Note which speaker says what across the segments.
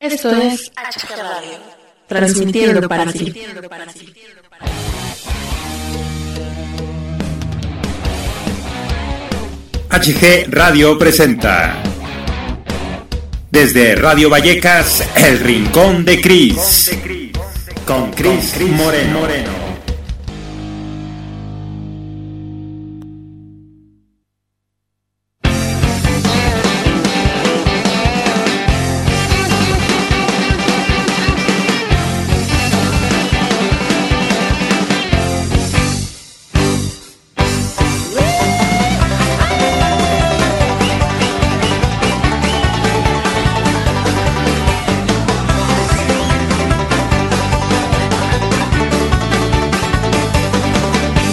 Speaker 1: Esto es HG Radio, transmitiendo para ti.
Speaker 2: HG Radio presenta desde Radio Vallecas El Rincón de Cris con Cris Moreno.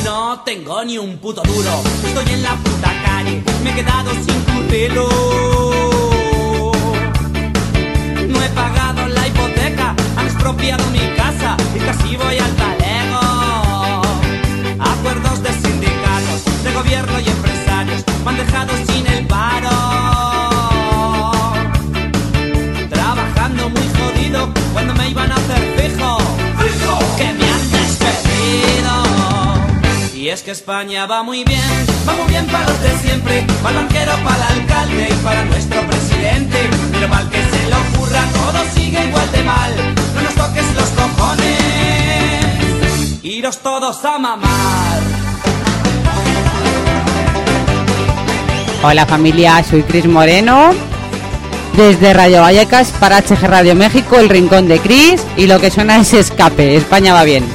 Speaker 3: No tengo ni un puto duro, estoy en la puta calle, me he quedado sin currelo. No he pagado la hipoteca, han expropiado mi casa y casi voy al talego. Acuerdos de sindicatos, de gobierno y empresarios, me han dejado sin el paro. Trabajando muy jodido cuando me iban a hacer fijo. Que me han despedido. Y es que España va muy bien, va muy bien para los de siempre, para el banquero, para el alcalde y para nuestro presidente. Pero mal que se le ocurra, todo sigue igual de mal. No nos toques los cojones, iros todos a mamar.
Speaker 4: Hola familia, soy Cris Moreno desde Radio Vallecas para HG Radio México, el rincón de Cris y lo que suena es escape, España va bien.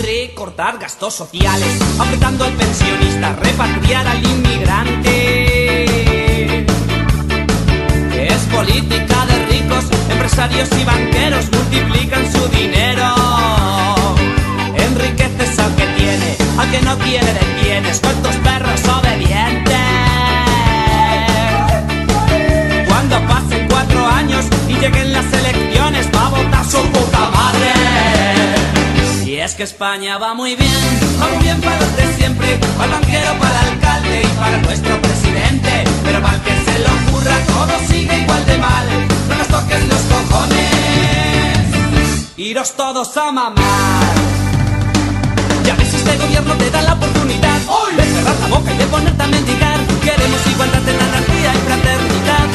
Speaker 3: Recortar gastos sociales, apretando al pensionista, repatriar al inmigrante. Es política de ricos, empresarios y banqueros multiplican su dinero. Enriqueces al que tiene, al que no tiene detienes, con tus perros obedientes. Cuando pasen cuatro años y lleguen las elecciones, va a votar su puta madre. Y es que España va muy bien, va muy bien para los de siempre, para el banquero, para el alcalde y para nuestro presidente. Pero mal que se lo ocurra, todo sigue igual de mal. No nos toques los cojones, iros todos a mamar. Ya ves, este gobierno te da la oportunidad de cerrar la boca y de ponerte a mendigar. Queremos igualdad en la anarquía y fraternidad.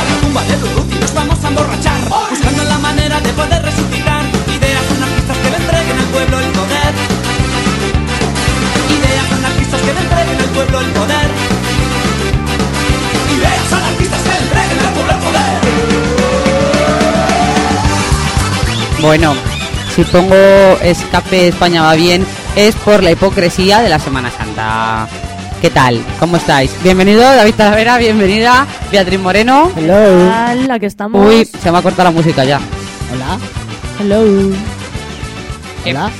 Speaker 3: A la tumba de Durruti nos vamos a emborrachar Buscando la manera de poder resucitar Ideas anarquistas que le entreguen al pueblo el poder Ideas anarquistas que le entreguen al pueblo el poder Ideas anarquistas que le entreguen al pueblo el poder
Speaker 4: Bueno, si pongo escape España va bien es por la hipocresía de la Semana Santa. ¿Qué tal? ¿Cómo estáis? Bienvenido David Talavera, bienvenida Beatriz Moreno.
Speaker 5: Ah.
Speaker 6: Hola, que estamos.
Speaker 4: Uy, se me ha cortado la música ya.
Speaker 5: Hola,
Speaker 6: Hello. Eh,
Speaker 5: hola.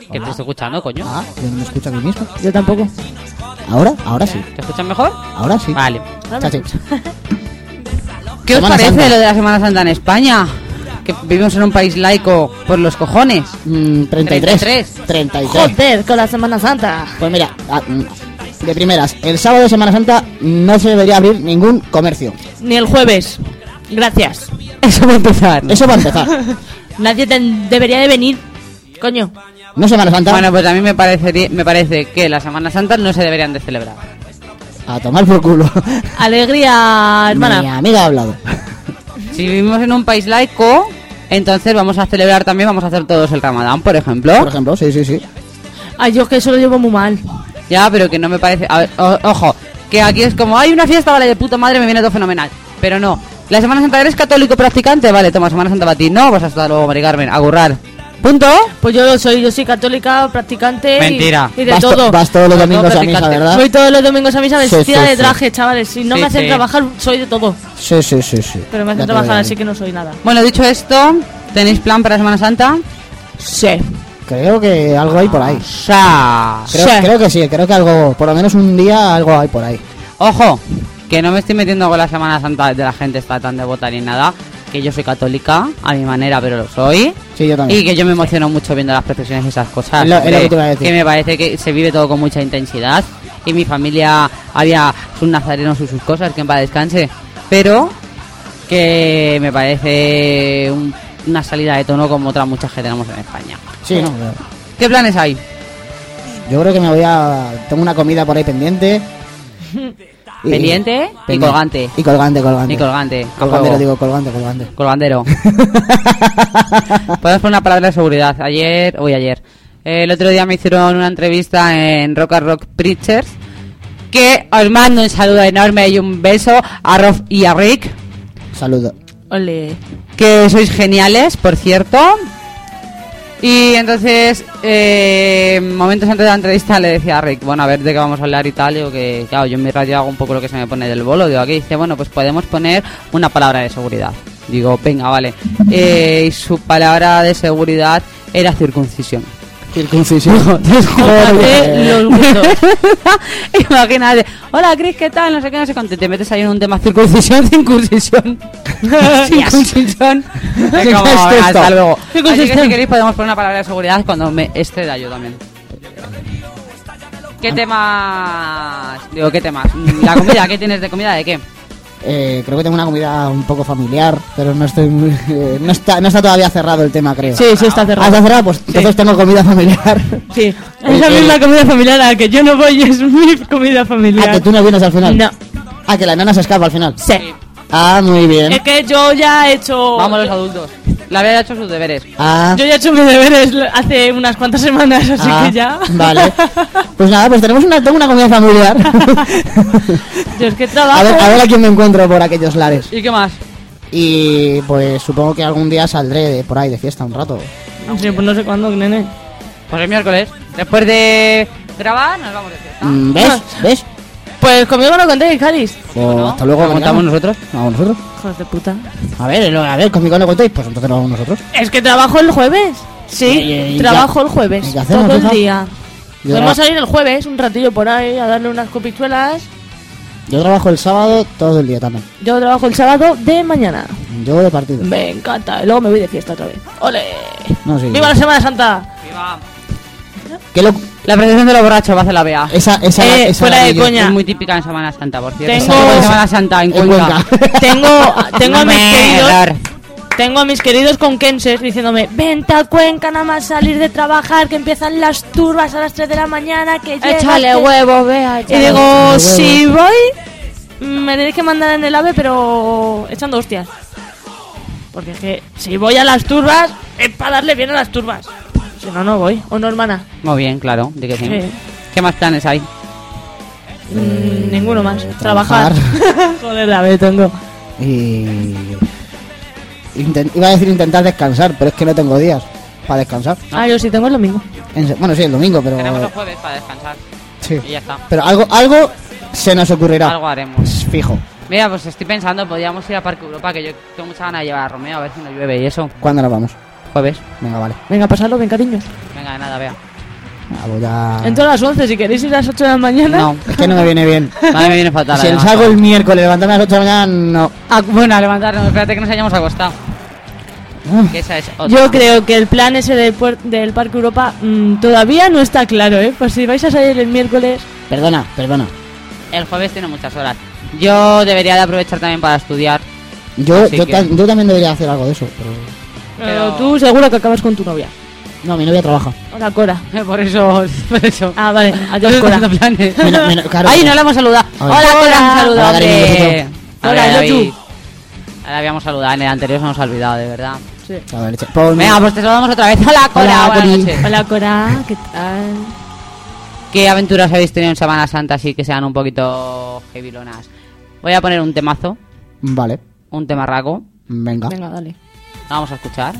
Speaker 4: Que te estoy escuchando, coño.
Speaker 5: Ah, yo no me escucho a mí mismo.
Speaker 6: Yo tampoco.
Speaker 5: Ahora, ahora sí,
Speaker 4: ¿Te escuchas mejor?
Speaker 5: ahora sí.
Speaker 4: Vale.
Speaker 6: No me
Speaker 5: Chachi.
Speaker 6: escucho.
Speaker 4: ¿Qué os
Speaker 5: Semana
Speaker 4: parece
Speaker 5: Santa.
Speaker 4: lo de la Semana Santa en España? Que vivimos en un país laico por los cojones.
Speaker 5: Mm, 33.
Speaker 4: 33.
Speaker 5: 33.
Speaker 6: Joder, con la Semana Santa.
Speaker 5: Pues mira, ah, mm, de primeras, el sábado de Semana Santa no se debería abrir ningún comercio.
Speaker 6: Ni el jueves. Gracias.
Speaker 4: Eso va a empezar.
Speaker 5: Eso para empezar.
Speaker 6: Nadie ten- debería de venir. Coño.
Speaker 5: No Semana Santa.
Speaker 4: Bueno, pues a mí me, parecería, me parece que las Semanas Santas no se deberían de celebrar.
Speaker 5: A tomar por culo.
Speaker 6: Alegría,
Speaker 5: Mi
Speaker 6: hermana.
Speaker 5: amiga ha hablado.
Speaker 4: Si vivimos en un país laico, entonces vamos a celebrar también, vamos a hacer todos el Ramadán, por ejemplo.
Speaker 6: ¿Oh?
Speaker 5: Por ejemplo, sí, sí, sí.
Speaker 6: Ay, yo es que eso lo llevo muy mal.
Speaker 4: Ya, pero que no me parece... a ver, o- ojo, que aquí es como, hay una fiesta, vale, de puta madre, me viene todo fenomenal. Pero no. ¿La Semana Santa eres católico practicante? Vale, toma, Semana Santa para ti. No, pues hasta luego, Mari Carmen, a currar. ¿Punto?
Speaker 6: Pues yo lo soy, yo soy católica, practicante. y-
Speaker 4: Mentira.
Speaker 6: Y, de
Speaker 5: vas, to-
Speaker 6: todo.
Speaker 5: vas todos los
Speaker 4: Vas
Speaker 5: domingos
Speaker 4: todo
Speaker 5: a misa,
Speaker 4: practicante.
Speaker 5: ¿verdad?
Speaker 6: Voy todos los domingos a misa
Speaker 5: Sí,
Speaker 6: vestida
Speaker 5: sí,
Speaker 6: de
Speaker 5: sí.
Speaker 6: traje, chavales. Si no
Speaker 4: Sí,
Speaker 6: me hacen
Speaker 4: sí.
Speaker 6: trabajar, soy de todo.
Speaker 5: Sí, sí, sí, sí.
Speaker 6: Pero me hacen
Speaker 5: Ya te lo
Speaker 6: trabajar,
Speaker 5: digo.
Speaker 6: así que no soy nada.
Speaker 4: Bueno, dicho esto, ¿tenéis plan para Semana Santa?
Speaker 6: Sí.
Speaker 5: Creo que algo hay por ahí.
Speaker 4: ¡Sa!
Speaker 5: Creo,
Speaker 6: Sí.
Speaker 5: creo que sí, creo que algo, por lo menos un día algo hay por ahí.
Speaker 4: Ojo, que no me estoy metiendo con la Semana Santa de la gente está tan devota ni nada, que yo soy católica, a mi manera, pero lo soy.
Speaker 5: Sí, yo también.
Speaker 4: Y que yo me emociono mucho viendo las procesiones y esas cosas.
Speaker 5: Es lo- es lo
Speaker 4: hombre,
Speaker 5: que te iba a decir.
Speaker 4: me parece que se vive todo con mucha intensidad. Y mi familia había sus nazarenos y sus cosas, que en paz descanse. Pero que me parece un- una salida de tono como otras muchas que tenemos en España.
Speaker 5: Sí, no, pero
Speaker 4: ¿Qué planes hay?
Speaker 5: yo creo que me voy a... Tengo una comida por ahí pendiente. Y-
Speaker 4: Pendiente y
Speaker 5: pendiente.
Speaker 4: colgante.
Speaker 5: Y colgante, colgante.
Speaker 4: Y colgante. a
Speaker 5: Colgante,
Speaker 4: fuego.
Speaker 5: lo digo, colgante, colgante.
Speaker 4: Colgandero. Podemos poner una palabra de seguridad. Ayer, uy, ayer. eh, El otro día me hicieron una entrevista en Rock and Rock Preachers. Que os mando un saludo enorme y un beso a Rof y a Rick.
Speaker 5: Saludo.
Speaker 6: Ole.
Speaker 4: Que sois geniales, por cierto. Y entonces, eh, momentos antes de la entrevista le decía a Rick, bueno, a ver de qué vamos a hablar y tal. Digo que, claro, yo en mi radio hago un poco lo que se me pone del bolo. Digo, aquí dice, bueno, pues podemos poner una palabra de seguridad. Digo, venga, vale. Eh, y su palabra de seguridad era circuncisión.
Speaker 5: Circuncisión.
Speaker 4: Imagínate
Speaker 5: Joder.
Speaker 4: los huesos. Imagínate. Hola, Cris, ¿qué tal? No sé qué, no sé cuánto. Y Te metes ahí en un tema circuncisión, circuncisión. circuncisión. Es
Speaker 5: ¿Qué
Speaker 4: como,
Speaker 5: es esto?
Speaker 4: hasta luego. Así que
Speaker 6: Circuncisión.
Speaker 4: si queréis podemos poner una palabra de seguridad cuando me esté da yo también. ¿Qué temas? Digo, ¿qué temas? Mm, La comida, ¿qué tienes de comida? ¿De qué?
Speaker 5: Eh, creo que tengo una comida un poco familiar, pero no estoy muy- eh, no está no está todavía cerrado el tema, creo.
Speaker 6: Sí, sí está
Speaker 5: Ah,
Speaker 6: cerrado.
Speaker 5: ¿Está cerrado? Pues entonces tengo comida familiar.
Speaker 6: Sí.
Speaker 5: Eh,
Speaker 6: Es la
Speaker 5: eh.
Speaker 6: misma comida familiar a la que yo no voy, es mi comida familiar.
Speaker 5: Ah, que tú no vienes al final.
Speaker 6: No.
Speaker 5: Ah, que la nana se escapa al final.
Speaker 6: Sí.
Speaker 5: Ah, muy bien.
Speaker 6: Es que yo ya he hecho.
Speaker 4: Vamos los adultos. La había hecho sus deberes.
Speaker 5: Ah,
Speaker 6: Yo ya he hecho mis deberes hace unas cuantas semanas, así
Speaker 5: ah,
Speaker 6: que ya.
Speaker 5: Vale. Pues nada, pues tenemos una, tengo una comida familiar.
Speaker 6: Yo es que
Speaker 5: a,
Speaker 6: trabajo.
Speaker 5: ver, a ver a quién me encuentro por aquellos lares.
Speaker 4: ¿Y qué más?
Speaker 5: Y pues supongo que algún día saldré de por ahí de fiesta un rato.
Speaker 6: Sí, pues no sé cuándo, nene.
Speaker 4: Pues el miércoles. Después de grabar, nos vamos de fiesta.
Speaker 6: Ah,
Speaker 5: Mm, ¿Ves? ¿Ves?
Speaker 6: Pues conmigo no contéis, Caris.
Speaker 5: Pues
Speaker 4: no?
Speaker 5: hasta luego.
Speaker 4: ¿La montamos
Speaker 5: mañana. Vamos nosotros.
Speaker 6: Hijos de puta.
Speaker 5: A ver, lo- a ver, conmigo no contéis, pues entonces lo vamos nosotros.
Speaker 6: Es que trabajo el jueves. Sí,
Speaker 5: Y- y- y
Speaker 6: trabajo
Speaker 5: ya.
Speaker 6: el jueves.
Speaker 5: ¿Y qué hacemos,
Speaker 6: todo el
Speaker 5: hija?
Speaker 6: día.
Speaker 5: Yo,
Speaker 6: Podemos
Speaker 5: tra-
Speaker 6: salir el jueves un ratillo por ahí a darle unas copichuelas.
Speaker 5: yo trabajo el sábado todo el día también.
Speaker 6: Yo trabajo el sábado de mañana.
Speaker 5: Yo de partido.
Speaker 6: Me encanta. Y luego me voy de fiesta otra vez. ¡Ole!
Speaker 5: No, sí.
Speaker 6: ¡Viva la Semana Santa!
Speaker 5: ¿Qué lo-
Speaker 4: La presentación de los borrachos va a hacer la BEA.
Speaker 5: Esa, esa,
Speaker 6: Eh,
Speaker 5: esa
Speaker 6: fuera de
Speaker 5: yo-
Speaker 6: coña.
Speaker 4: Es muy típica en Semana Santa, por cierto.
Speaker 6: Tengo-
Speaker 4: Exacto, en Semana Santa en
Speaker 5: En
Speaker 4: Cuenca.
Speaker 5: Cuenca.
Speaker 6: Tengo, ah, tengo a
Speaker 4: No
Speaker 6: mis
Speaker 4: me
Speaker 6: queridos.
Speaker 4: dar.
Speaker 6: Tengo a mis queridos conquenses diciéndome, vente a Cuenca nada más salir de trabajar, que empiezan las turbas a las 3 de la mañana, que llegas... que-".
Speaker 4: huevo, vea.
Speaker 6: Y digo, si voy, me tenéis que mandar en el AVE, pero echando hostias. Porque es que si voy a las turbas, es para darle bien a las turbas. Si no, no voy. O no, hermana.
Speaker 4: Muy bien, claro. di que sí.
Speaker 6: Sí.
Speaker 4: ¿Qué más planes hay?
Speaker 6: Mm, ninguno más.
Speaker 5: trabajar.
Speaker 6: Trabajar. Joder, David, tengo.
Speaker 5: Y... Inten- iba a decir intentar descansar, pero es que no tengo días para descansar.
Speaker 6: Ah, yo sí tengo lo mismo.
Speaker 5: En se- bueno, sí, el domingo, pero...
Speaker 4: Tenemos los jueves para descansar.
Speaker 5: sí.
Speaker 4: Y ya está.
Speaker 5: Pero algo, algo se nos ocurrirá.
Speaker 4: Algo haremos.
Speaker 5: Es Fijo.
Speaker 4: Mira, pues estoy pensando, podríamos ir a Parque Europa, que yo tengo mucha ganas de llevar a Romeo, a ver si no llueve y eso.
Speaker 5: ¿Cuándo nos vamos?
Speaker 4: Jueves.
Speaker 5: Venga, vale.
Speaker 6: Venga, pasadlo bien, cariños.
Speaker 4: Venga, de nada, vea.
Speaker 5: Ah, voy a-
Speaker 6: Entro a las 11, si queréis ir a las 8 de la mañana.
Speaker 4: No.
Speaker 5: Es que no me viene bien.
Speaker 4: A mí me viene fatal.
Speaker 5: si el
Speaker 4: además.
Speaker 5: salgo el miércoles, levantarme a las 8 de la mañana, no.
Speaker 4: Ah, bueno, a levantarnos. Espérate que nos hayamos acostado.
Speaker 5: Uf.
Speaker 4: Que esa es otra.
Speaker 6: Yo creo que el plan ese del, puer- del Parque Europa mm, todavía no está claro, ¿eh? Pues si vais a salir el miércoles...
Speaker 5: Perdona, perdona.
Speaker 4: El jueves tiene muchas horas. Yo debería de aprovechar también para estudiar.
Speaker 5: Yo,
Speaker 4: Así
Speaker 5: yo,
Speaker 4: que-
Speaker 5: tan- yo también debería hacer algo de eso, pero...
Speaker 6: Pero tú seguro que acabas con tu novia.
Speaker 5: No, mi novia trabaja.
Speaker 6: Hola, Cora.
Speaker 4: Por eso, por eso.
Speaker 6: Ah, vale.
Speaker 4: Yo
Speaker 6: Adiós,
Speaker 4: no
Speaker 6: Cora.
Speaker 4: tengo planes.
Speaker 5: Menos- menos- claro.
Speaker 4: Ay, no la hemos saludado.
Speaker 5: A
Speaker 4: Hola,
Speaker 5: ver.
Speaker 4: Cora, un saludo.
Speaker 5: Hola, cariño,
Speaker 4: hombre.
Speaker 5: besito.
Speaker 4: A ver,
Speaker 6: Hola,
Speaker 4: David.
Speaker 6: Yotu.
Speaker 4: Ahora habíamos saludado, en el anterior se nos ha olvidado, de verdad.
Speaker 6: Sí.
Speaker 5: A ver, che- ponme-
Speaker 4: Venga, pues te saludamos otra vez. Hola, Cora,
Speaker 5: Hola,
Speaker 4: buenas
Speaker 5: Cori.
Speaker 4: noches.
Speaker 6: Hola, Cora. ¿Qué tal?
Speaker 4: ¿Qué aventuras habéis tenido en Semana Santa así que sean un poquito heavylonas? Voy a poner un temazo,
Speaker 5: Vale.
Speaker 4: un temarraco.
Speaker 5: Venga.
Speaker 6: Venga, dale.
Speaker 4: La vamos a escuchar.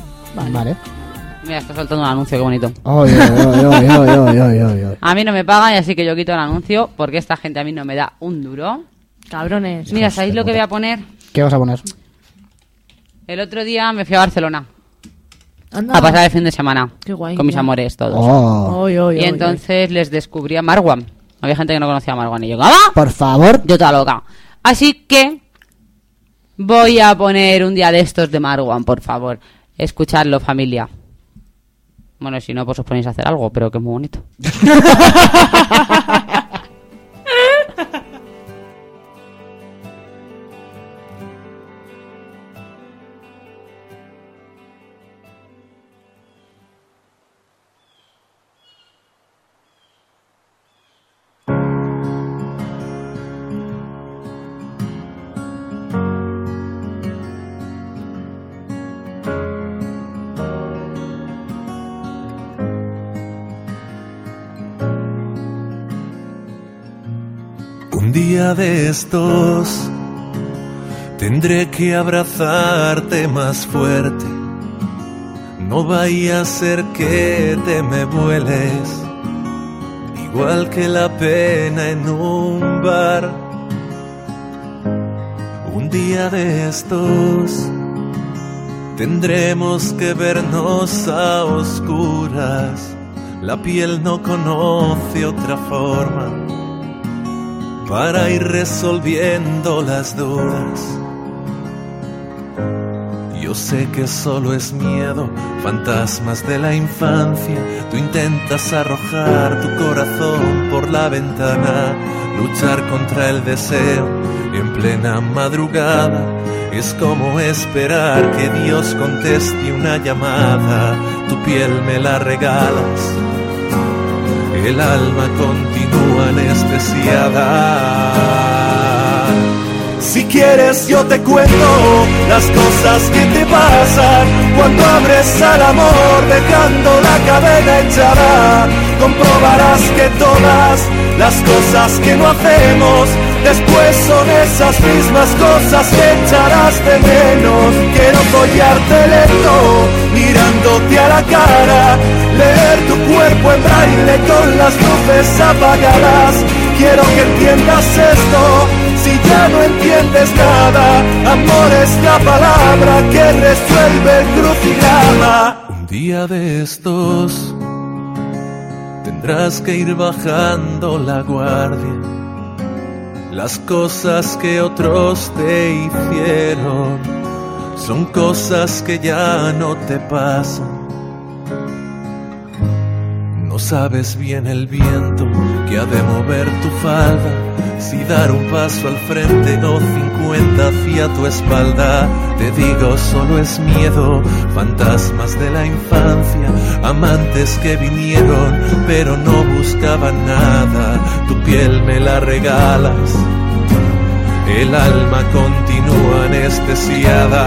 Speaker 5: Vale.
Speaker 4: Mira, está soltando un anuncio, qué bonito.
Speaker 5: Oy, oy, oy, oy, oy, oy, oy, oy.
Speaker 4: A mí no me pagan y así que yo quito el anuncio porque esta gente a mí no me da un duro.
Speaker 6: Cabrones.
Speaker 4: Mira, ¿sabéis lo que voy a poner?
Speaker 5: ¿Qué vas a poner?
Speaker 4: El otro día me fui a Barcelona
Speaker 6: Anda.
Speaker 4: a pasar el fin de semana
Speaker 6: Qué guay,
Speaker 4: con mis
Speaker 6: mira.
Speaker 4: amores todos.
Speaker 5: Oh.
Speaker 6: Oy, oy,
Speaker 4: y
Speaker 6: oy,
Speaker 4: entonces les descubrí a Marwan. Había gente que no conocía a Marwan y yo, ¡ah!
Speaker 5: Por favor.
Speaker 4: Yo toda loca. Así que voy a poner un día de estos de Marwan, por favor. Escuchadlo, familia. Bueno, si no, pues os ponéis a hacer algo, pero que es muy bonito.
Speaker 7: Un día de estos tendré que abrazarte más fuerte. No vaya a ser que te me vueles, igual que la pena en un bar. Un día de estos tendremos que vernos a oscuras. La piel no conoce otra forma para ir resolviendo las dudas. Yo sé que solo es miedo, fantasmas de la infancia. Tú intentas arrojar tu corazón por la ventana, luchar contra el deseo en plena madrugada. Es como esperar que Dios conteste una llamada. Tu piel me la regalas. El alma continúa anestesiada. Si quieres yo te cuento las cosas que te pasan cuando abres al amor dejando la cadena echada. Comprobarás que todas las cosas que no hacemos después son esas mismas cosas que echarás de menos. Quiero collarte lento mirándote a la cara, leer tu cuerpo en braille con las luces apagadas. Quiero que entiendas esto. Si ya no entiendes nada, amor es la palabra que resuelve el crucigrama. Un día de estos tendrás que ir bajando la guardia. Las cosas que otros te hicieron son cosas que ya no te pasan. No sabes bien el viento que ha de mover tu falda, si dar un paso al frente o cincuenta hacia tu espalda. Te digo, solo es miedo, fantasmas de la infancia, amantes que vinieron pero no buscaban nada. Tu piel me la regalas, el alma continúa anestesiada.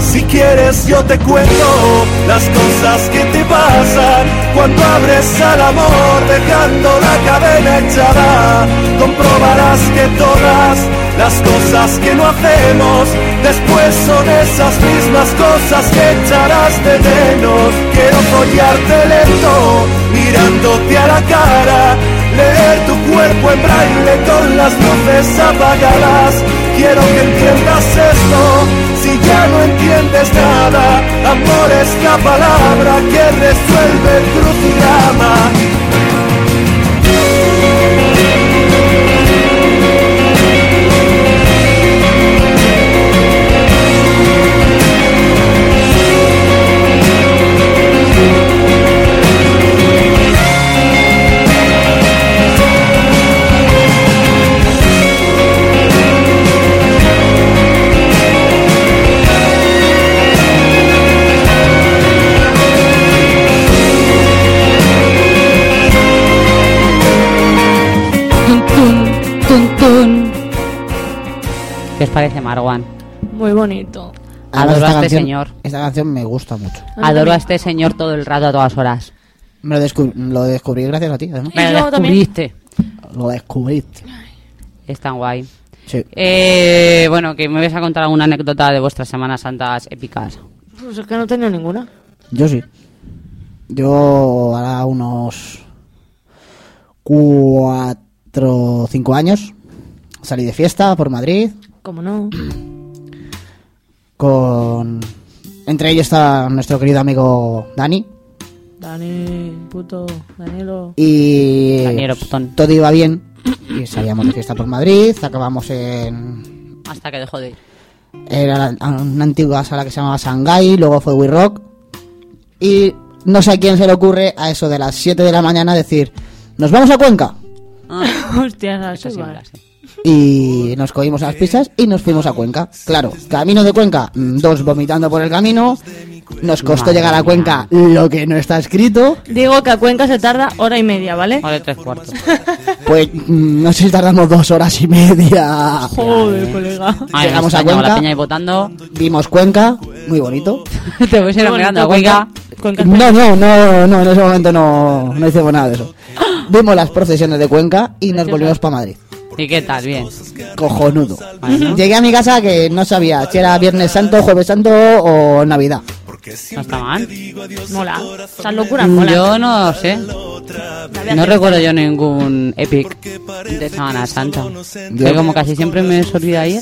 Speaker 7: Si quieres yo te cuento las cosas que te pasan cuando abres al amor dejando la cadena echada. Comprobarás que todas las cosas que no hacemos después son esas mismas cosas que echarás de menos. Quiero follarte lento mirándote a la cara, leer tu cuerpo en braille con las luces apagadas. Quiero que entiendas esto. Si ya no entiendes nada, amor es la palabra que resuelve el crucigrama.
Speaker 4: Tun, tun, tun, tun. ¿Qué os parece, Marwan?
Speaker 6: Muy bonito.
Speaker 4: Adoro a este
Speaker 5: canción,
Speaker 4: señor.
Speaker 5: Esta canción me gusta mucho.
Speaker 4: Adoro a este señor todo el rato, a todas horas.
Speaker 5: Me lo, descub- lo descubrí gracias a ti, además.
Speaker 6: Y
Speaker 4: Me lo
Speaker 6: yo también.
Speaker 4: descubriste.
Speaker 5: Lo descubriste.
Speaker 4: Es tan guay.
Speaker 5: Sí.
Speaker 4: Eh, bueno, que me vais a contar alguna anécdota de vuestras Semanas Santas épicas.
Speaker 6: Pues es que no he tenido ninguna.
Speaker 5: Yo sí. Yo hará unos cuatro cinco años salí de fiesta por Madrid
Speaker 6: ¿Cómo no?
Speaker 5: con entre ellos está nuestro querido amigo Dani
Speaker 6: Dani, puto, Danilo.
Speaker 5: y
Speaker 4: Daniel Opton.
Speaker 5: todo iba bien y salíamos de fiesta por Madrid acabamos en
Speaker 4: Hasta que dejó de ir.
Speaker 5: era la- a una antigua sala que se llamaba Shanghai luego fue We Rock y no sé a quién se le ocurre a eso de las 7 de la mañana decir nos vamos a Cuenca
Speaker 4: Ah,
Speaker 6: Hostia, la
Speaker 4: eso sí me la
Speaker 6: suba.
Speaker 4: sé.
Speaker 5: Y nos cogimos a las pistas y nos fuimos a Cuenca. Claro, camino de Cuenca, mm, dos vomitando por el camino. Nos costó
Speaker 4: Madre
Speaker 5: llegar a
Speaker 4: mía.
Speaker 5: Cuenca lo que no está escrito.
Speaker 6: Digo que a Cuenca se tarda hora y media, ¿vale?
Speaker 4: Vale, tres cuartos.
Speaker 5: Pues mm, no sé si tardamos dos horas y media.
Speaker 4: eh.
Speaker 6: Joder, colega.
Speaker 4: Ay,
Speaker 5: Llegamos a
Speaker 4: extraño,
Speaker 5: Cuenca.
Speaker 4: La peña y votando.
Speaker 5: Vimos Cuenca, muy bonito.
Speaker 4: Te voy a ir
Speaker 6: Qué
Speaker 4: mirando a
Speaker 6: bonito,
Speaker 4: Cuenca.
Speaker 6: Cuenca. Cuenca es
Speaker 5: No, no, no, no, en ese momento no, no hicimos nada de eso. vimos las procesiones de Cuenca y nos
Speaker 6: Precioso.
Speaker 5: volvimos para Madrid.
Speaker 4: ¿Y qué tal? Bien.
Speaker 5: Cojonudo.
Speaker 4: Bueno.
Speaker 5: Llegué a mi casa que no sabía si era Viernes Santo, Jueves Santo o Navidad.
Speaker 4: No está mal.
Speaker 6: Mola. Esas
Speaker 4: Ah,
Speaker 6: locuras mola.
Speaker 4: Mm, Yo no sé. No recuerdo yo ningún epic de Semana Santa. Que como casi siempre me olvida ir.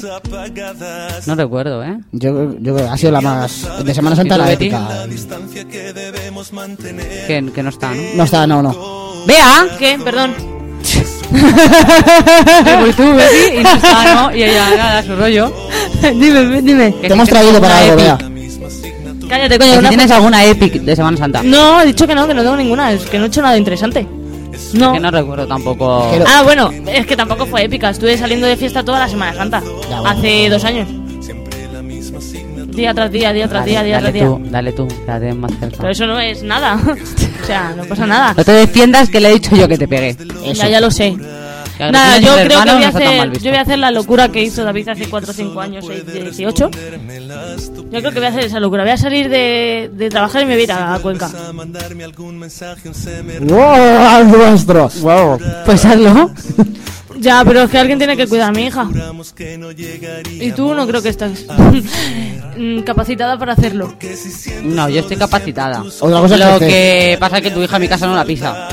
Speaker 4: No recuerdo, ¿eh?
Speaker 5: Yo, yo creo que ha sido la más. De Semana Santa
Speaker 4: ¿Y tú,
Speaker 5: la
Speaker 4: Betty?
Speaker 5: épica.
Speaker 4: Que, que no está, ¿no?
Speaker 5: No está, no, no.
Speaker 4: ¡Vea!
Speaker 6: ¿Qué? Perdón.
Speaker 4: Pues tú, Betty, y no está, ¿no? Y ella nada, su rollo.
Speaker 6: dime, dime.
Speaker 5: Te hemos traído para algo, vea.
Speaker 4: Coño,
Speaker 6: Cállate, coño.
Speaker 4: si
Speaker 6: una-
Speaker 4: tienes alguna epic de Semana Santa.
Speaker 6: No, he dicho que no, que no tengo ninguna. Es que no he hecho nada interesante. No.
Speaker 4: Que no recuerdo tampoco.
Speaker 5: Que no-
Speaker 6: Ah, bueno, es que tampoco fue épica. Estuve saliendo de fiesta toda la Semana Santa.
Speaker 5: Ya, bueno.
Speaker 6: Hace dos años. Día tras día, día tras
Speaker 4: Dale,
Speaker 6: día, día
Speaker 4: dale
Speaker 6: tras día.
Speaker 4: tú, dale tú, dale más cerca.
Speaker 6: Pero eso no es nada. o sea, no pasa nada.
Speaker 4: No te defiendas que le he dicho yo que te pegué.
Speaker 5: Eso.
Speaker 6: Ya, ya lo sé.
Speaker 4: Que
Speaker 6: Nada,
Speaker 4: agresiones
Speaker 6: yo
Speaker 4: entre
Speaker 6: creo que
Speaker 4: hermanos
Speaker 6: voy
Speaker 4: no
Speaker 6: a,
Speaker 4: está tan mal
Speaker 6: hacer,
Speaker 4: visto.
Speaker 6: yo voy a hacer la locura que hizo David hace 4 o 5 años, 6, 18. Yo creo que voy a hacer esa locura. Voy a salir de, de trabajar y me voy a ir a Cuenca.
Speaker 5: ¡Wow! ¡A nuestros! ¡Wow!
Speaker 4: Pues hazlo.
Speaker 6: Ya, pero es que alguien tiene que cuidar a mi hija. Y tú no creo que estás mm, capacitada para hacerlo.
Speaker 4: No, yo estoy capacitada.
Speaker 5: Otra cosa es
Speaker 4: Lo
Speaker 5: que estés.
Speaker 4: que pasa es que tu hija en mi casa no la pisa.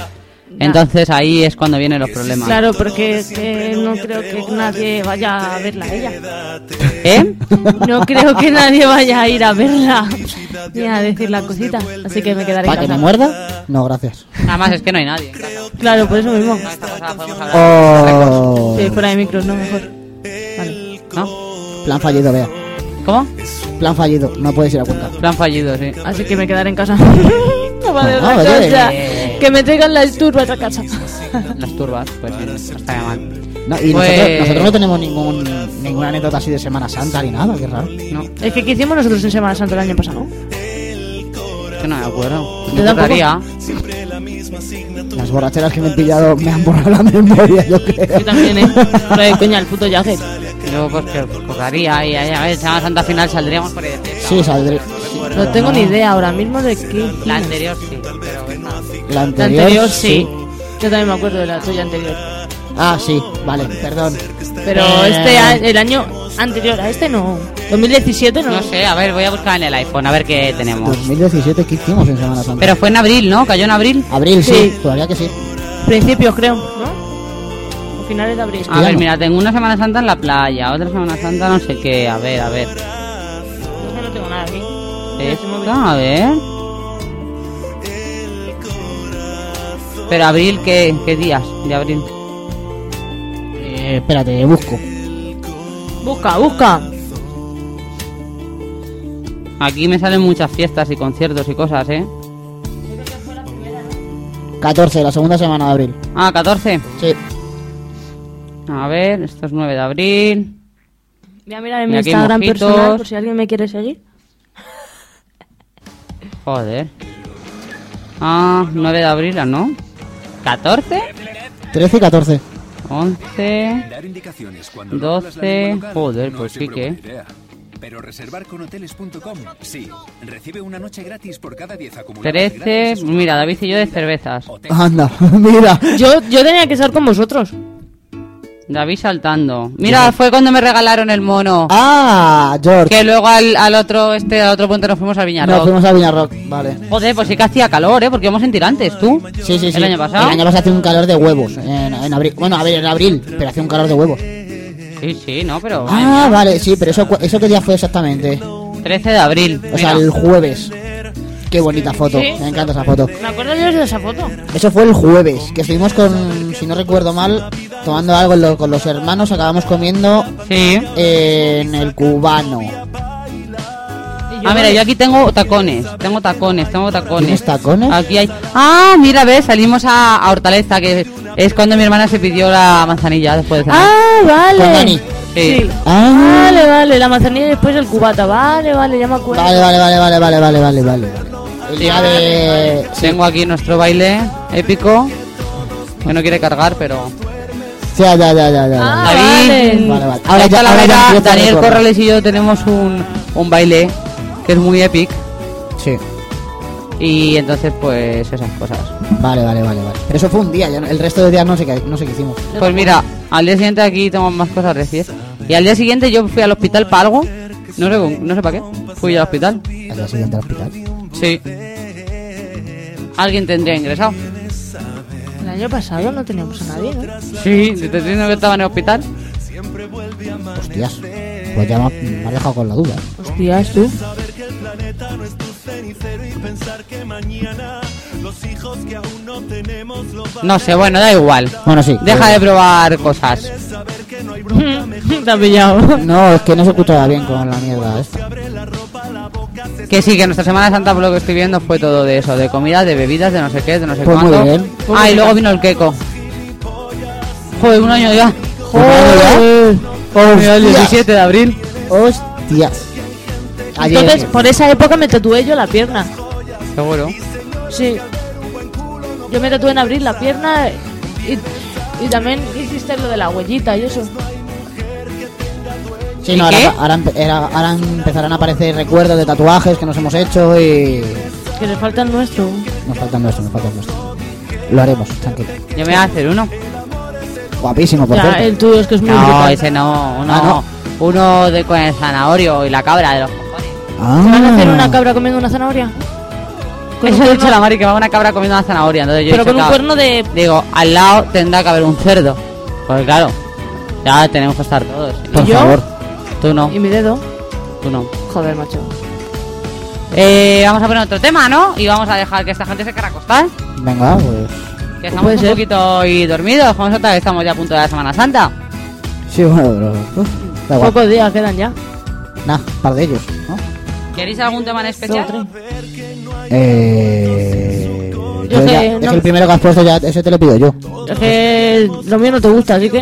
Speaker 4: Entonces ahí es cuando vienen los problemas.
Speaker 6: Claro, porque es que no creo que nadie vaya a verla a ella.
Speaker 4: ¿Eh?
Speaker 6: No creo que nadie vaya a ir a verla ni a decir la cosita. Así que me quedaré en
Speaker 5: ¿Para que me
Speaker 6: casa.
Speaker 5: muerda? No, gracias.
Speaker 4: Además es que no hay nadie. en casa.
Speaker 6: Claro, por eso mismo.
Speaker 4: En esta casa podemos hablar.
Speaker 5: ¡Oh!
Speaker 6: Sí, fuera de micros, no mejor. Vale.
Speaker 4: ¿No?
Speaker 5: Plan fallido, vea.
Speaker 4: ¿Cómo?
Speaker 5: Plan fallido. No puedes ir a Cuenca.
Speaker 4: Plan fallido, sí.
Speaker 6: Así que me quedaré en casa. No vale otra
Speaker 5: Ah, oye.
Speaker 6: cosa. Que me traigan las turbas a casa.
Speaker 4: Las turbas, pues sí, no está mal.
Speaker 5: No, y
Speaker 4: Pues-
Speaker 5: nosotros, nosotros no tenemos ningún, ninguna anécdota así de Semana Santa ni nada, qué raro.
Speaker 4: No,
Speaker 6: Es que ¿qué hicimos nosotros en Semana Santa el año pasado?
Speaker 4: es que no me acuerdo.
Speaker 6: Yo
Speaker 4: Me
Speaker 6: tampoco.
Speaker 4: acordaría.
Speaker 5: Las borracheras que me han pillado me han borrado la memoria, yo creo.
Speaker 6: Yo también, ¿eh? Fuera de coña, el puto Jagger.
Speaker 4: Yo pues que acordaría y ahí, a ver, Semana Santa final saldríamos por ahí de fiesta.
Speaker 5: Sí, saldré.
Speaker 6: No tengo ni idea ahora mismo de qué.
Speaker 4: La anterior sí, pero esta-
Speaker 5: La
Speaker 6: La
Speaker 5: anterior,
Speaker 6: anterior sí. Yo también me acuerdo de la tuya anterior.
Speaker 5: Ah, sí, vale, perdón.
Speaker 6: Pero
Speaker 5: Eh.
Speaker 6: este a- el año anterior a este no. 2017 no.
Speaker 4: No sé, a ver, voy a buscar en el iPhone a ver qué tenemos.
Speaker 5: 2017, ¿qué hicimos en Semana Santa?
Speaker 4: Pero fue en abril, ¿no? Cayó en abril.
Speaker 5: Abril, sí,
Speaker 6: Sí.
Speaker 5: todavía que sí.
Speaker 6: Principios creo, ¿no? O finales de abril.
Speaker 4: A ver,
Speaker 5: Claro.
Speaker 4: mira, tengo una Semana Santa en la playa, otra Semana Santa no sé qué. A ver, a ver.
Speaker 6: Es que no tengo nada aquí. Ese móvil.
Speaker 4: Esta, a ver. Pero abril, ¿qué, qué días de abril?
Speaker 5: Eh, espérate, busco.
Speaker 6: Busca, busca.
Speaker 4: Aquí me salen muchas fiestas y conciertos y cosas, ¿eh?
Speaker 5: 14, la segunda semana de abril.
Speaker 4: Ah, 14.
Speaker 5: Sí.
Speaker 4: A ver, esto es 9 de abril.
Speaker 6: Voy a mirar en mi
Speaker 4: Mira, aquí hay
Speaker 6: Instagram
Speaker 4: mojitos.
Speaker 6: personal por si alguien me quiere seguir.
Speaker 4: Joder. Ah, 9 de abril, ¿ah, ¿no? ¿14?
Speaker 5: 13 y 14.
Speaker 4: 11.
Speaker 8: Dar indicaciones cuando no hablas la
Speaker 4: 12,
Speaker 8: lengua local
Speaker 4: joder,
Speaker 8: no
Speaker 4: pues
Speaker 8: es
Speaker 4: sí
Speaker 8: muy buena
Speaker 4: que-
Speaker 8: idea. Pero reservar con hoteles.com, sí. Recibe una noche gratis por cada 10 acumulados.
Speaker 4: 13. Mira, David y yo de cervezas.
Speaker 5: Anda, mira.
Speaker 6: Yo, yo tenía que estar con vosotros.
Speaker 4: David saltando. Mira, fue cuando me regalaron el mono.
Speaker 5: Ah, George.
Speaker 4: Que luego al, al otro este al otro punto nos fuimos
Speaker 5: Nos
Speaker 4: al Viñarro.
Speaker 5: fuimos a Viñarrock, vale.
Speaker 4: Joder, pues sí que hacía calor, ¿eh? Porque íbamos en tirantes, tú.
Speaker 5: Sí, sí, sí.
Speaker 4: El año pasado.
Speaker 5: El año pasado hacía un calor de huevos. En, en abril. Bueno, a ver, en abril, pero hacía un calor de huevos.
Speaker 4: Sí, sí, no, pero...
Speaker 5: Ah, vale, sí, pero eso, cu- eso qué día fue exactamente.
Speaker 4: 13 de abril.
Speaker 5: O sea,
Speaker 4: mira.
Speaker 5: el jueves. Qué bonita foto,
Speaker 6: Sí.
Speaker 5: me encanta esa foto.
Speaker 6: Me acuerdo yo de esa foto.
Speaker 5: Eso fue el jueves, que estuvimos con, si no recuerdo mal, tomando algo lo- con los hermanos, acabamos comiendo
Speaker 4: Sí.
Speaker 5: en el cubano.
Speaker 4: Ah, mira, yo aquí tengo tacones. Tengo tacones, tengo
Speaker 5: ¿Tienes
Speaker 4: tacones.
Speaker 5: tacones?
Speaker 4: Aquí hay... Ah, mira, ves, salimos a, a Hortaleza, que es cuando mi hermana se pidió la manzanilla después de cenar.
Speaker 6: Ah, vale.
Speaker 5: Con Dani.
Speaker 4: Sí.
Speaker 6: Sí.
Speaker 5: Ah,
Speaker 6: Vale, vale, la manzanilla y después el cubata. Vale, vale, ya me acuerdo.
Speaker 5: vale, vale, vale, vale, vale, vale, vale, vale. El día de...
Speaker 4: Tengo aquí nuestro baile épico, que no quiere cargar, pero...
Speaker 5: Sí, ya, ya, ya, ya, ya.
Speaker 6: Ah,
Speaker 4: David,
Speaker 5: Vale,
Speaker 6: vale.
Speaker 5: vale.
Speaker 4: Ahora
Speaker 5: Ahora ya- ahora ya empiezo a
Speaker 4: Daniel
Speaker 5: recordar.
Speaker 4: Corrales y yo tenemos un, un baile que es muy épico.
Speaker 5: Sí.
Speaker 4: Y entonces, pues esas cosas.
Speaker 5: Vale, vale, vale, vale. Pero eso fue un día, ya no- el resto de días no sé qué, no sé qué hicimos.
Speaker 4: Pues mira, al día siguiente aquí tengo más cosas de fiesta. Y al día siguiente yo fui al hospital para algo. No sé, no sé para qué. Fui al hospital.
Speaker 5: Al día siguiente al hospital.
Speaker 4: Sí. Alguien tendría ingresado.
Speaker 6: El año pasado no teníamos a nadie, ¿no?
Speaker 4: Sí, te estoy diciendo que estaba en el hospital.
Speaker 5: Hostias. Pues ya me, ha- me has dejado con la duda.
Speaker 6: Hostias, tú.
Speaker 4: No sé, bueno, da igual.
Speaker 5: Bueno, sí.
Speaker 4: Deja de probar cosas.
Speaker 6: Te ha pillado.
Speaker 5: No, es que no se escuchaba bien con la mierda esta.
Speaker 4: Que sí, que nuestra Semana Santa, por lo que estoy viendo, fue todo de eso: de comida, de bebidas, de no sé qué, de no sé
Speaker 5: Pues muy
Speaker 4: cuánto.
Speaker 5: bien.
Speaker 4: Ah, y luego vino el queco. Joder, un año ya.
Speaker 5: Joder.
Speaker 4: Mira, el
Speaker 5: Hostias.
Speaker 4: 17 de abril.
Speaker 5: Hostias. Ayer.
Speaker 6: Entonces, por esa época me tatué yo la pierna.
Speaker 4: Seguro.
Speaker 6: Sí. Yo me tatué en abril la pierna y, y también hiciste lo de la huellita y eso.
Speaker 5: Sí,
Speaker 4: ¿Y
Speaker 5: no, ahora,
Speaker 4: qué?
Speaker 5: ahora empe- era- ahora empezarán a aparecer recuerdos de tatuajes que nos hemos hecho y.
Speaker 6: Que le falta el nuestro.
Speaker 5: Nos faltan nuestro, nos faltan nuestro. Lo haremos, tranquilo.
Speaker 4: Yo me voy a hacer uno.
Speaker 5: Guapísimo, por
Speaker 6: Ya,
Speaker 5: cierto.
Speaker 6: el tuyo es que es muy
Speaker 4: No,
Speaker 6: brutal.
Speaker 4: ese no. Uno,
Speaker 5: Ah, no.
Speaker 4: uno de, con el zanahorio y la cabra de los cojones.
Speaker 5: Ah.
Speaker 6: ¿Te van a hacer una cabra comiendo una zanahoria? Con un
Speaker 4: Eso ha dicho
Speaker 6: cuerno-
Speaker 4: la Mari, que va una cabra comiendo una zanahoria. Entonces yo he
Speaker 6: Pero
Speaker 4: dicho,
Speaker 6: con un
Speaker 4: claro,
Speaker 6: cuerno de...
Speaker 4: Digo, al lado tendrá que haber un cerdo. Porque claro, ya tenemos que estar todos.
Speaker 5: Por
Speaker 4: Y yo-
Speaker 5: favor.
Speaker 4: Tú no,
Speaker 6: Y mi dedo.
Speaker 4: tú no.
Speaker 6: Joder, macho.
Speaker 4: Eh, vamos a poner otro tema, ¿no? Y vamos a dejar que esta gente se quiera acostar.
Speaker 5: Venga, pues.
Speaker 4: Que estamos un poquito y dormidos. Vamos otra vez, estamos ya a punto de la Semana Santa.
Speaker 5: Sí, bueno, pero. uf, da igual.
Speaker 6: Pocos días quedan ya.
Speaker 5: Nah, un par de ellos, ¿no?
Speaker 4: ¿Queréis algún tema en especial?
Speaker 5: Eh. Yo
Speaker 6: Yo sé,
Speaker 5: ya- es
Speaker 6: no-
Speaker 5: que el primero que has puesto ya, ese te lo pido yo.
Speaker 6: Es que lo mío no te gusta, así que...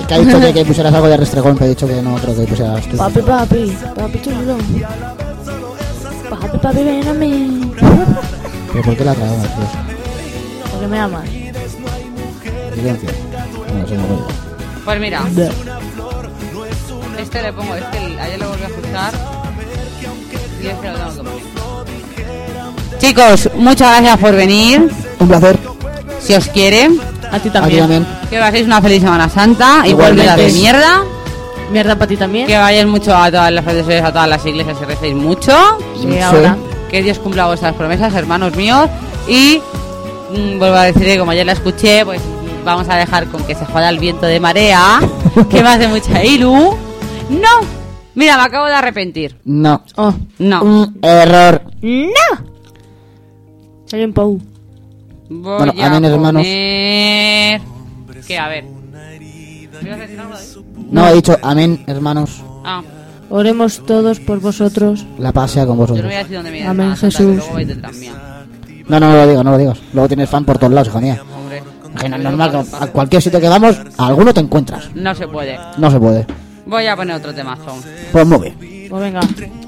Speaker 5: Es que ha dicho que, que pusieras algo de Restregón, que he dicho que no creo que pusieras tú.
Speaker 6: Papi, papi, papi chulo. Papi, papi, ven a mí.
Speaker 5: ¿Pero por qué la traemos, tío?
Speaker 6: Porque me amas.
Speaker 5: Silencio. Bueno, sí, no puedo.
Speaker 4: Pues mira, este le pongo, este el- ayer lo volví a escuchar. Y este lo tengo que poner. Chicos, muchas gracias por venir.
Speaker 5: Un placer.
Speaker 4: Si os quiere,
Speaker 6: A ti
Speaker 5: Aquí
Speaker 6: también.
Speaker 5: también.
Speaker 4: que paséis una feliz Semana Santa. Igual
Speaker 5: Igualmente.
Speaker 4: que la de mierda.
Speaker 6: Mierda para ti también.
Speaker 4: Que vayáis mucho a todas las redes a todas las iglesias y recéis mucho.
Speaker 6: Sí, ahora.
Speaker 4: Que Dios cumpla vuestras promesas, hermanos míos. Y mm, vuelvo a decir que como ya la escuché, pues vamos a dejar con que se joda el viento de marea, que me hace mucha ilu. ¡No! Mira, me acabo de arrepentir.
Speaker 5: No.
Speaker 6: Oh.
Speaker 4: No.
Speaker 5: Un error.
Speaker 6: ¡No! Salió un Pou.
Speaker 4: Voy
Speaker 5: Mm. Bueno,
Speaker 4: a
Speaker 5: amén, hermanos.
Speaker 4: poner- Que a ver. ¿Ibas a decir algo, David?
Speaker 5: No, he dicho amén, hermanos.
Speaker 4: Ah,
Speaker 6: Oremos todos por vosotros.
Speaker 5: La paz sea con
Speaker 4: yo no
Speaker 5: vosotros.
Speaker 4: voy a decir dónde me
Speaker 6: Amén,
Speaker 4: Santa, que
Speaker 6: Jesús.
Speaker 4: Luego vais detrás mía.
Speaker 5: No, no, no lo digas, no lo digas. Luego tienes fan por todos lados, hija mía.
Speaker 4: Hombre.
Speaker 5: Que no es normal que a cualquier sitio que vamos, a alguno te encuentras.
Speaker 4: No se puede.
Speaker 5: No se puede.
Speaker 4: Voy a poner otro temazo.
Speaker 5: Pues muy bien.
Speaker 6: Pues venga.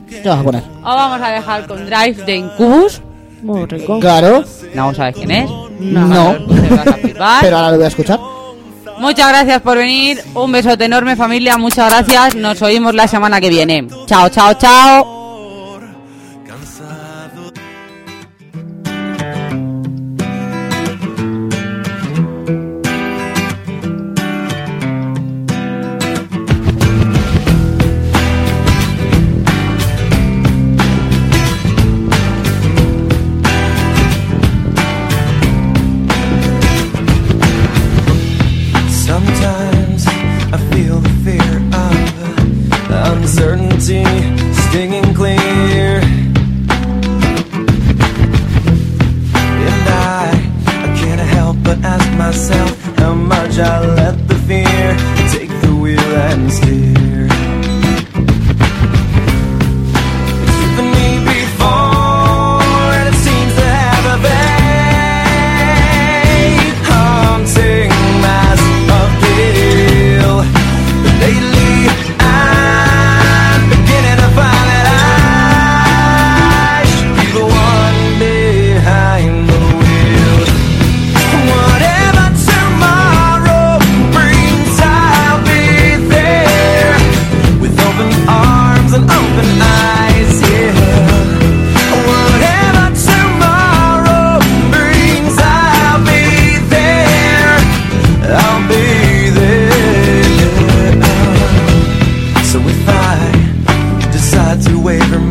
Speaker 5: ¿Qué vas a poner?
Speaker 4: Os vamos a dejar con Drive de Incubus.
Speaker 6: Muy rico.
Speaker 5: Claro.
Speaker 4: No sabes quién es.
Speaker 5: No.
Speaker 4: Cuando lo escuches vas a flipar.
Speaker 5: Pero ahora lo voy a escuchar.
Speaker 4: Muchas gracias por venir. Un besote enorme familia. Muchas gracias. Nos oímos la semana que viene. Chao, chao, chao.
Speaker 9: Sometimes I feel the fear of the uncertainty stinging
Speaker 7: Ah,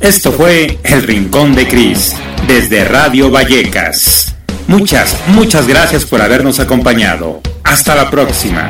Speaker 2: Esto fue El Rincón de Cris, desde Radio Vallecas. Muchas, muchas gracias por habernos acompañado. Hasta la próxima.